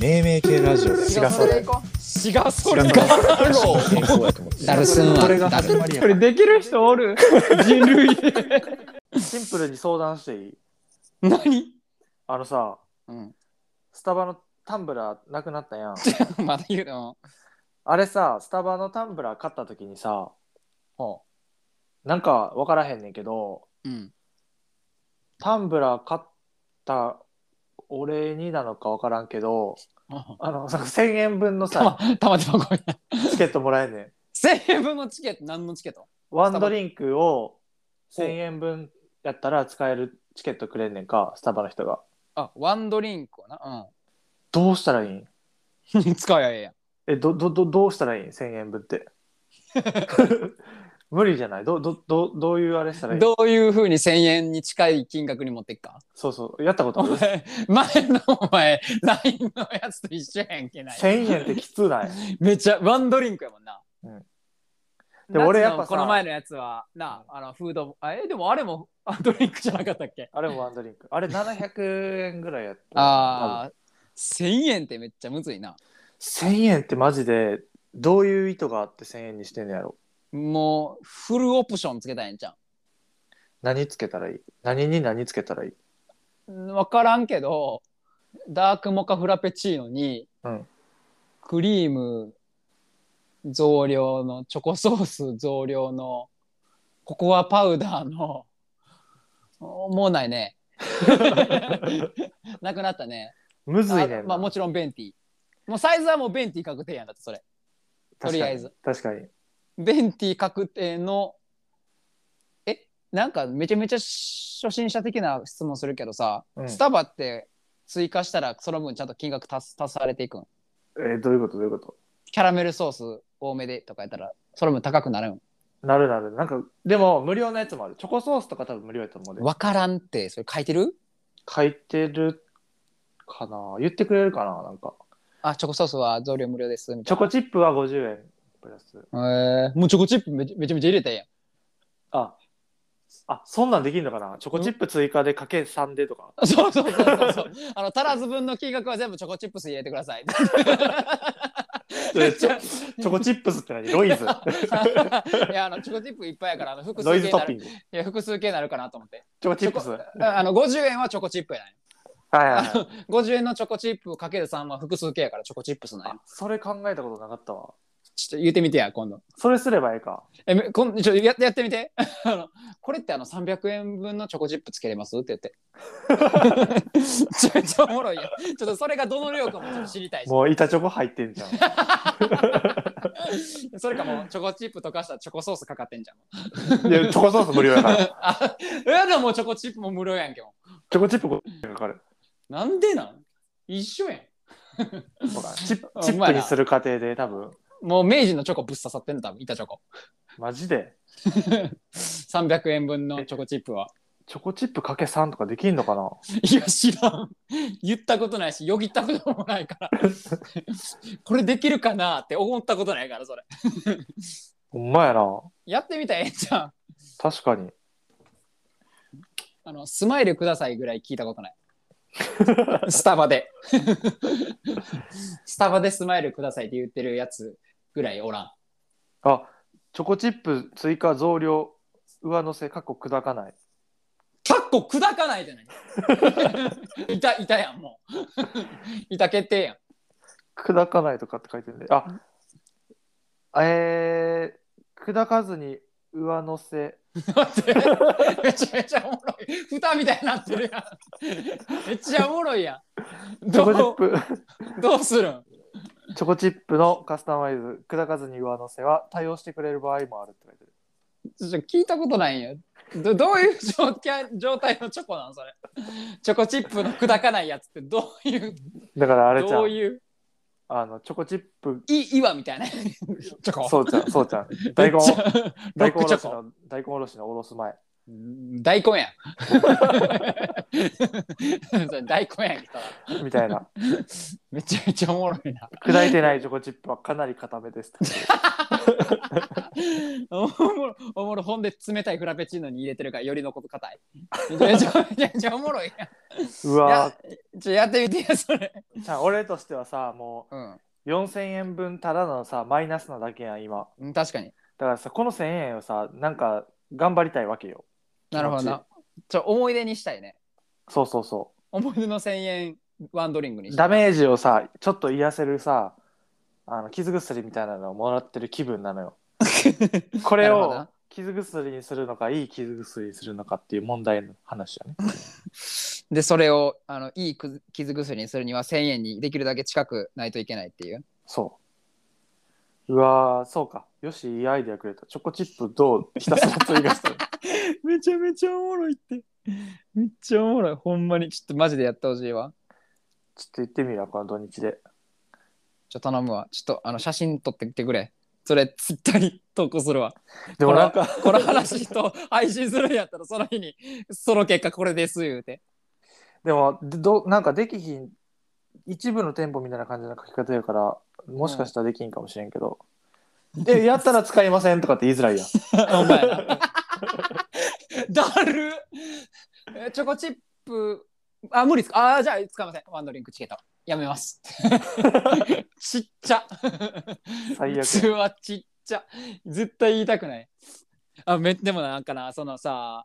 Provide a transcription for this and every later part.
命名系ラジオだよ違うそれ行こ違うそれ違うか健康やと思ってダルスンはこれがダルこれできる人おる人類でうシンプルに相談していい何あのさうんスタバのタンブラーなくなったやんまだ言うのあれさスタバのタンブラー買った時にさほなんか分からへんねんけどう うんタンブラー買ったお礼になのか分からんけどあのなんか1000円分のたさまたまたまこれチケットもらえんねん1000円分のチケット何のチケットワンドリンクを1000円分やったら使えるチケットくれんねんかスタバの人があワンドリンクをなどうしたらいいんうん 使えばええやんえどどどどうしたらいいん1000円分って 無理じゃないどどどどういうあれしたらいいどういうふうに1000円に近い金額に持ってっかそうそうやったことおある前前のお前 LINE のやつと一緒やんけない1000円ってきつないめっちゃワンドリンクやもんな、うんでも俺やっぱさ夏のこの前のやつはなあのフードあえでもあれもあドリンクじゃなかったっけあれもワンドリンクあれ700円ぐらいやったああ1000円ってめっちゃむずいな1000円ってマジでどういう意図があって1000円にしてんのやろもうフルオプションつけたいんじゃ何つけたらいい何に何つけたらいいん分からんけどダークモカフラペチーノに、うんクリーム増量のチョコソース増量のココアパウダーのおもうない ねなくなったねむずいねあんまあ、なもちろんベンティもうサイズはもうベンティ確定やんだってそれとりあえず確かに確かにベンティ確定のえなんかめちゃめちゃ初心者的な質問するけどさ、うんスタバって追加したらその分ちゃんと金額足す足されていくんえーどういうことどういうことキャラメルソース多めでとかやったらその分高くなるんなるなるなんかでも無料のやつもあるチョコソースとか多分無料やと思うで分からんってそれ書いてる書いてるかな言ってくれるかななんかあチョコソースは増量無料ですみチたョいなコチップは50円プラスえーもうチョコチップめちゃめちゃめちゃ入れたやん ああそんなんできんのかなチョコチップ追加でかけ3でとかそうそうそうそうそう。あの足らず分の金額は全部チョコチップス入れてください。 えチョチョコチップスって何ロイズいやあのチョコチップいっぱいやからあの複数ロイ形にズトなッピる。いングチや複数形になるかなと思って。ョコチップスチョはいコあの50円はチョコチップやない。はいはい50円のチョコチップかける3は複数形やからチョコチップスなんやあ。それ考えたことなかったわちょっと言ってみてや今度。それすればいいかえめこんちょややってみて。 あのこれってあの300円分のチョコチップつけれますって言って。 ちょめっちゃおもろいやん。ちょっとそれがどの量かもちょっと知りたいし。もう板チョコ入ってんじゃんそれかもうチョコチップ溶かしたらチョコソースかかってんじゃん。いやチョコソース無料やからあ、 やだもうチョコチップも無料やんけもチョコチップ50円かかるう。なんでなん一緒やん。ほらチップあチうッまプいなにする過程で多分もう明治のチョコぶっ刺さってんの多分、板チョコ。マジで300円分のチョコチップは。チョコチップかけ3とかできんのかないや、知らん。言ったことないし、よぎったこともないから。 これできるかなって思ったことないから、それ。ほんまやなやってみたらええんじゃん。確かにあの、スマイルくださいぐらい聞いたことない。スタバで。 スタバでスマイルくださいって言ってるやつぐらいおらん。あチョコチップ追加増量上乗せかっこ砕かないかっこ砕かないじゃない。いた、いたやん、もう。 いた決定やん。砕かないとかって書いてるんであえー、砕かずに上乗せ待って めちゃめちゃおもろい。蓋みたいになってるやん。めっちゃおもろい やん。チョコチッどプう、どうするん。 チョコチップのカスタマイズ砕かずに上乗せは対応してくれる場合もあるって書いてるちょ聞いたことないんよ。ど、どういう状況、状態のチョコなん、それ。チョコチップの砕かないやつって、どういう、だからあれちゃどんういう、あのチョコチップい、岩みたいな。チョコ。そうちゃんそうちゃん大根 めっちゃロ大ッ根クおチろョしコ。の大根おろしのおろす前大 根やんそれ大根やんけどみたいな。めちゃめちゃおもろいな砕いてないチョコチップはかなり固めです。 おもろおもろほんで冷たいフラペチーノに入れてるからよりのこと硬 いめちゃめちゃめちゃめちゃおもろいやんうわちょやってみてやそれ、ーちゃん俺としてはさ、もうう4000円分ただのさ、マイナスなだけやん、今。ん、確かにだからさ、この1000円をさ、なんか頑張りたいわけよ。なるほどなちょ思い出にしたいねそうそうそ思い出の1000円ワンドリングにう。したいダメージをさ、ちょっと癒せるさ、あの傷薬みたいなのをもらってる気分なの よ。これなるほどをな傷薬にするのか、いい傷薬にするのかっていう問題の話やね。でそれをあのいいくず傷薬にするには1000円にできるだけ近くないといけないっていうそう。うわー、そうか。よし、いいアイデアくれた。チョコチップどうひたすら追加したの めちゃめちゃおもろいってめっちゃおもろいほんまにちょっとマジでやってほしいわ ちょっと行ってみるわ、この土日で。ちょ頼むわちょっとあの写真撮ってきてくれそれツイッターに投稿するわでもなんか、この話と配信するんやったらその日にその結果これです言うてでも、どなんかできひん、一部の店舗みたいな感じの書き方やから、もしかしたらできんかもしれんけど。で、やったら使いませんとかって言いづらいやん。お前なだるえチョコチップあ無理ですかあーじゃあ使いませんワンドリンクチケットやめますちっちゃ 最悪普通はちっちゃ絶対言いたくないあめでもなんかなそのさ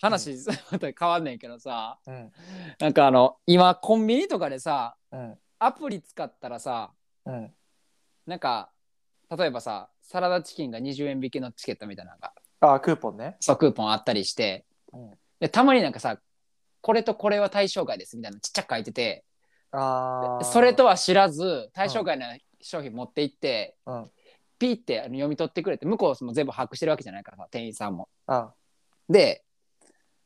話、また変わんねんけどさうん。なんかあの今コンビニとかでさうん。アプリ使ったらさうん。なんか例えばさサラダチキンが20円引きのチケットみたいなのがあ、クーポンね。そうクーポンあったりして、うんでたまになんかさこれとこれは対象外ですみたいなのちっちゃく書いててあーそれと、は知らず対象外の商品持って行って、うんピーってあの読み取ってくれて向こうも全部把握してるわけじゃないからさ店員さんも。あで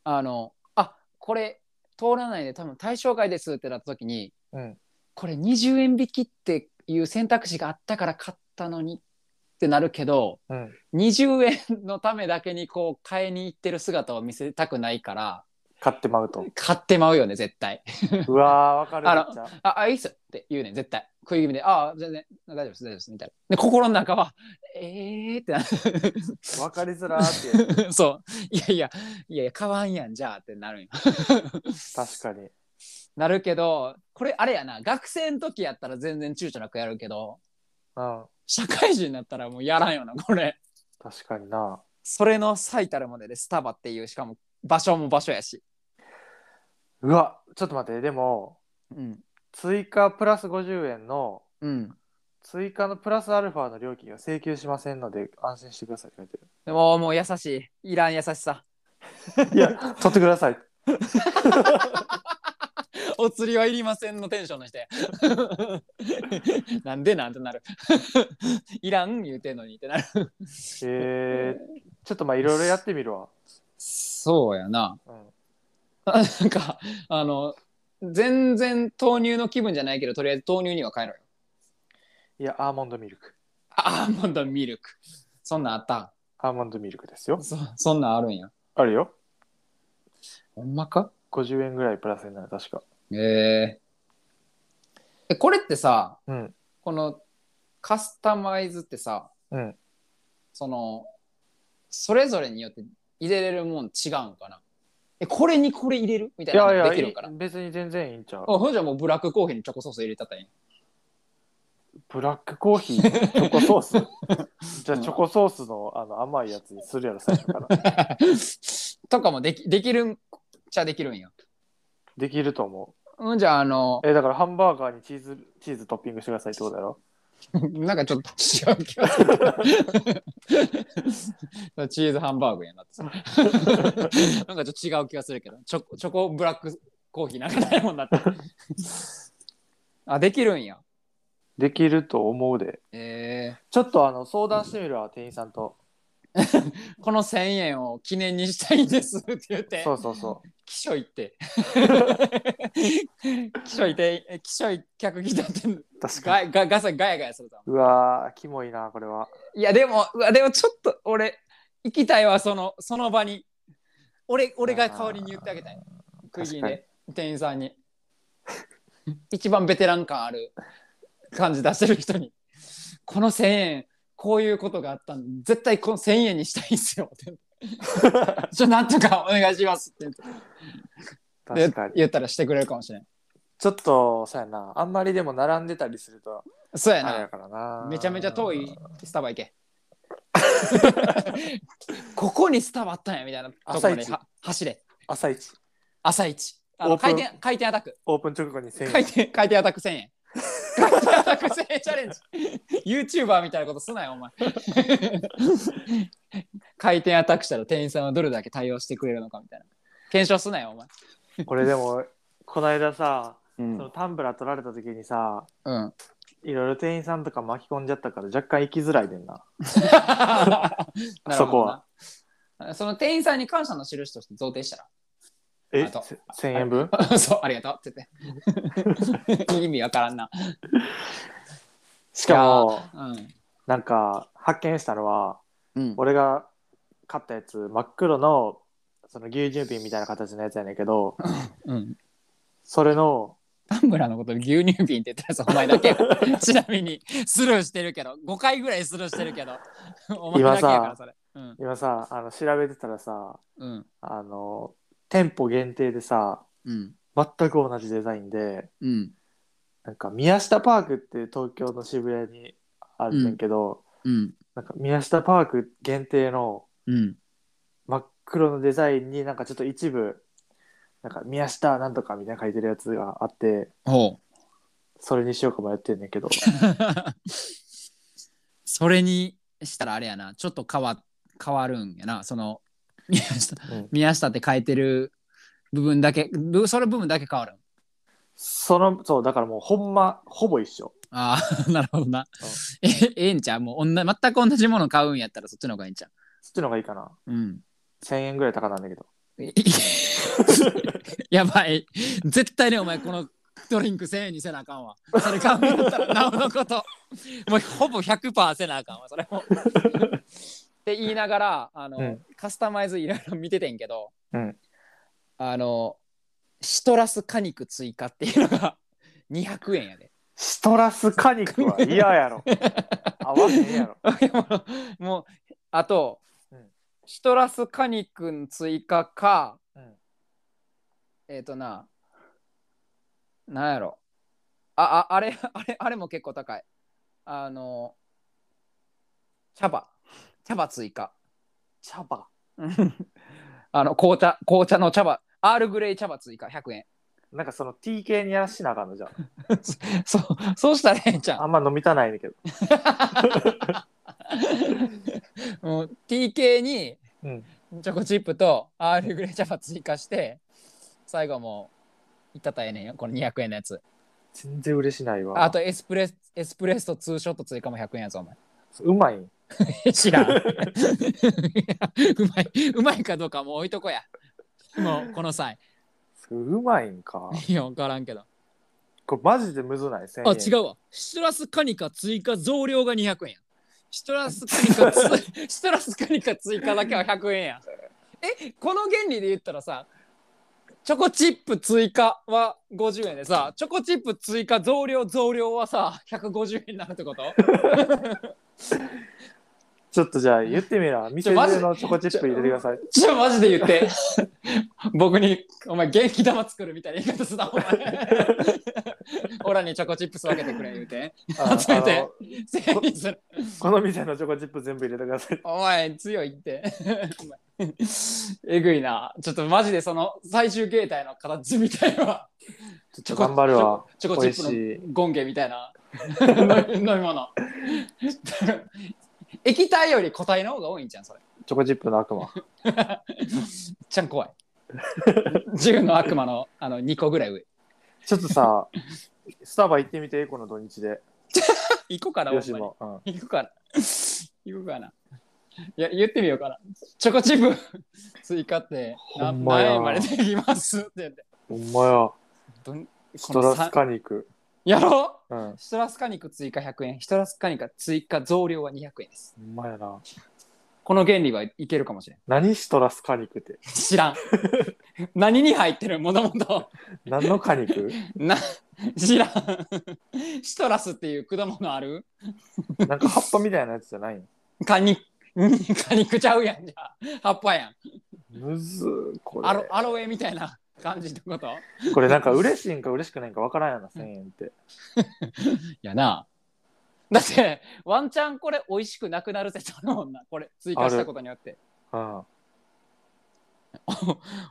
あのあこれ通らないで多分対象外ですってなった時にうん。これ20円引きっていう選択肢があったから買ったのにってなるけどうん。 20円のためだけにこう買いに行ってる姿を見せたくないから買ってまうと。買ってまうよね絶対うわー、わかるあらめっちゃ「ああいいっす」って言うね絶対食い気味で「ああ全然大丈夫です大丈夫です」みたいなで心の中は「えー」ってなわかりづらーっていう。 る そういやいやいやいや買わんやんじゃあってなるんよ確かに。なるけどこれあれやな学生の時やったら全然躊躇なくやるけどうん。社会人になったらもうやらんよなこれ確かにな。それの最たるものでスタバっていうしかも場所も場所やしうわ、ちょっと待って、でも、うん追加プラス50円の、うん追加のプラスアルファの料金が請求しませんので、安心してくださいって書いてでももう優しい。いらん優しさ。る。いや、取ってください。お釣りはいりませんのテンションの人や。 なんでなんてなる。 いらん言うてんのにってなる。えー、ちょっとまあいろいろやってみるわ。そうやな。うん。あなんか、あの、全然豆乳の気分じゃないけど、とりあえず豆乳には変えろよ。いや、アーモンドミルク。あアーモンドミルク。そんなんあったアーモンドミルクですよ。そそんなんあるんや。あるよ。ほんまか50円ぐらいプラスになる、確か。えええ、これってさ、うん。このカスタマイズってさ、うんそのそれぞれによって入れれるもん違うんかなえこれにこれ入れるみたいいなやいのや、できるんいかなあ別に全然いいんちゃう。ほんじゃもうブラックコーヒーにチョコソース入れたったんやブラックコー ヒー、チョコソース。じゃあ、チョコソースのあの甘いやつにするやろ、最初から。 とかもできできるんちゃできるんやできると思う。うんじゃああのえだからハンバーガーにチーズチーズトッピングしてくださいってことだろなんかちょっと違う気が するチーズハンバーグやなってさ なんかちょっと違う気がするけどチョコチョコブラックコーヒーなんかないもんだってあできるんやできると思うでえちょっとあの相談してみるわ店員さんとー、この1000円を記念にしたいんですって言ってそうそうそ気象行って 気象行って気象客来たってう確かにガガガサガヤガヤするぞうわーキモいなこれはいやでもうわでもちょっと俺行きたいわそのその場に俺、俺が代わりに言ってあげたい。クイーン確で、店員さんに。 一番ベテラン感ある感じ出してる人に。この1000円、こういうことがあったんで、絶対この1000円にしたいんですよ。って ちょ、なんとかお願いしますって言っ確てかでに。言ったらしてくれるかもしれん。ちょっと、そうやな。あんまりでも並んでたりすると、そうやあなれ。やからな。めちゃめちゃ遠いスタバ行け。 ここにスタバあったんやみたいなとこ朝ま一では走れ。朝一。朝一。あのオープ回ン転回転アタック。オープン直後に1000円回転回転アタック1000円。 回転アタック1000円チャレンジ。YouTuber みたいなことすなよ、お前。 回転アタックしたら店員さんはどれだけ対応してくれるのかみたいな。検証すなよ、お前。これでも、この間さ、うそのタンブラー取られた時にさ、 うん。いろいろ店員さんとか巻き込んじゃったから若干行きづらいでんな。そこはは。その店員さんに感謝の印として贈呈したら。えあと ?1000 円分 そう、ありがとうって言って。意 味わからんな。しかも、うん。なんか発見したのは、うん、俺が買ったやつ、真っ黒のその牛乳瓶みたいな形のやつやねんけど、うん。それの、タンブラーのこと牛乳瓶って言ったやつお前だけよ。ちなみに、スルーしてるけど、5回ぐらいスルーしてるけ ど、お前だけやから、今さそれ。うん。今さ、あの調べてたらさ、うん。あの、店舗限定でさ、うん。全く同じデザインで、うん。なんか宮下パークっていう東京の渋谷にあるねんけど、うん。なんか宮下パーク限定のうん。真っ黒のデザインになんかちょっと一部なんか宮下なんとかみたいな書いてるやつがあってほう。 それにしようか迷ってんねんけどそれにしたらあれやな、ちょっと変わ変わるんやな、その、宮下うん宮下って書いてる部分だけ、ぶその部分だけ変わるん。そのそうだからもうほんまほぼ一緒ああ、 なるほどな。えええんちゃうもう女全く同じもの買うんやったらそっちの方がいいんちゃそっちの方がいいかなううん。 1000円ぐらい高なんだけどい やばい。絶対ね、お前、このドリンク1000円にせなあかんわ。それ買うんやったら、なおのこと。もうほぼ100%せなあかんわ、それも。って言いながら、あの、うんカスタマイズいろいろ見ててんけど、うんあの、シトラス果肉追加っていうのが200円やで。シトラス果肉は嫌や ろ合わへんやろもうあと、うんシトラスカニ君追加か、うんえっ、とななんやろあああれ あれあれも結構高いあの茶葉茶葉追加茶葉 あの紅茶紅茶の茶葉アールグレイ茶葉追加100円なんかその TK にやらしなあかんのじゃんそそうそうしたらええんちゃうあんま飲みたないねんけどもう TK にうんチョコチップとアールグレイ茶葉追加して最後もういたたえねんよこの200円のやつ全然嬉しないわあとエスプレッエスプレッソツーショット追加も100円やぞお前 うまいん知らん いやうまいうまいかどうかはもう置いとこやもうこの際うまいんかいや分からんけどこれマジでむずない1000円あ違うわシトラスカニカ追加増量が200円やシトラスカニカ つシトラスカニカ追加だけは100円やえこの原理で言ったらさチョコチップ追加は50円でさチョコチップ追加増量増量はさ150円になるって ことちょっとじゃあ言ってみろ。店中のチョコチップ入れてください。ちょマジで言って僕にお前元気玉作るみたいな言い方すなお前 オラにチョコチップス分けてくれ言う てあ集めあてのせーにするこの店のチョコチップ全部入れてください。お前強いって。お前えぐいな。ちょっとマジでその最終形態の形みたいな。ちょっと頑張るわ。チョコチ美ッ味しプい。のゴンゲみたいな飲み物。液体より固体の方が多いんじゃん、それ。チョコチップの悪魔。ちゃん怖い。銃の悪魔のあの2個ぐらい上。ちょっとさ、スタバ行ってみて、この土日で。行こうかな、吉ほんまにも。うん行くかな。行くかな。いや、言ってみようかな。チョコチップ追加ってなほんまや何円までできますって言って。ほんまや。どんストラス果肉。やろうん。ほうシトラスカニク追加100円、シトラスカニカ追加増量は200円です。んまやな。この原理はいけるかもしれん。何シトラス果肉って。知 らん。何に入ってるもともと。何の果肉な、知らん。シトラスっていう果物あるなんか葉っぱみたいなやつじゃないの果肉、果肉ちゃうやんじゃあ。葉っぱやん。むずーこれアロアロエみたいな感じってことこれなんか嬉しいんか嬉しくないんかわからんやな1000円ってやな。だって、ワンチャンこれ美味しくなくなるぜ、その女。これ追加したことによって。うん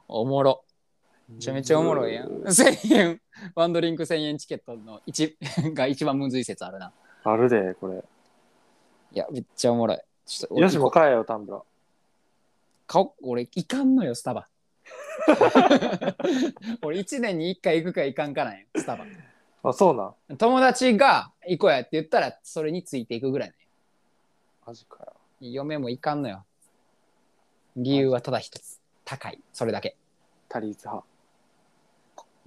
おもろ。めちゃめちゃおもろいやん。1000円、ワンドリンク1000円チケットの一 が一番むずい説あるな。あるでこれいや、めっちゃおもろい。ちょっと俺よしもう買えよタンブラー顔俺いかんのよスタバ 俺1年に1回行くか行かんかなんよスタバあそうなん友達が行こうやって言ったらそれについていくぐらいねマジかよ嫁も行かんのよ理由はただ一つ高いそれだけタリーズ派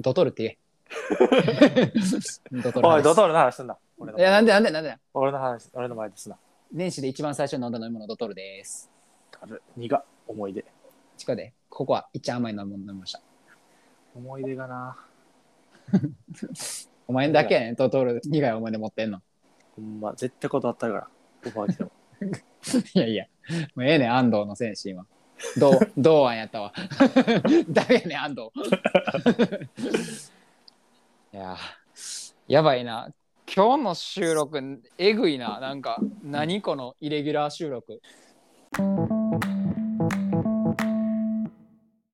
ドトル って言えドトルおいド派トールの話すんな俺ですいやなのんでなんでなんで俺の話俺の前ですな年始で一番最初に飲んだ飲み物ドトルですある苦思い出近くでここは一番甘い飲み物飲みました思い出がなお前だけやねドトル苦い思い出持ってんの ほんま絶対断ったるからオファー来てもいやいやもうええねん安藤の精神はどう どうあんやったわ誰やねん安藤 いややばいな今日の収録えぐいななんか何このイレギュラー収録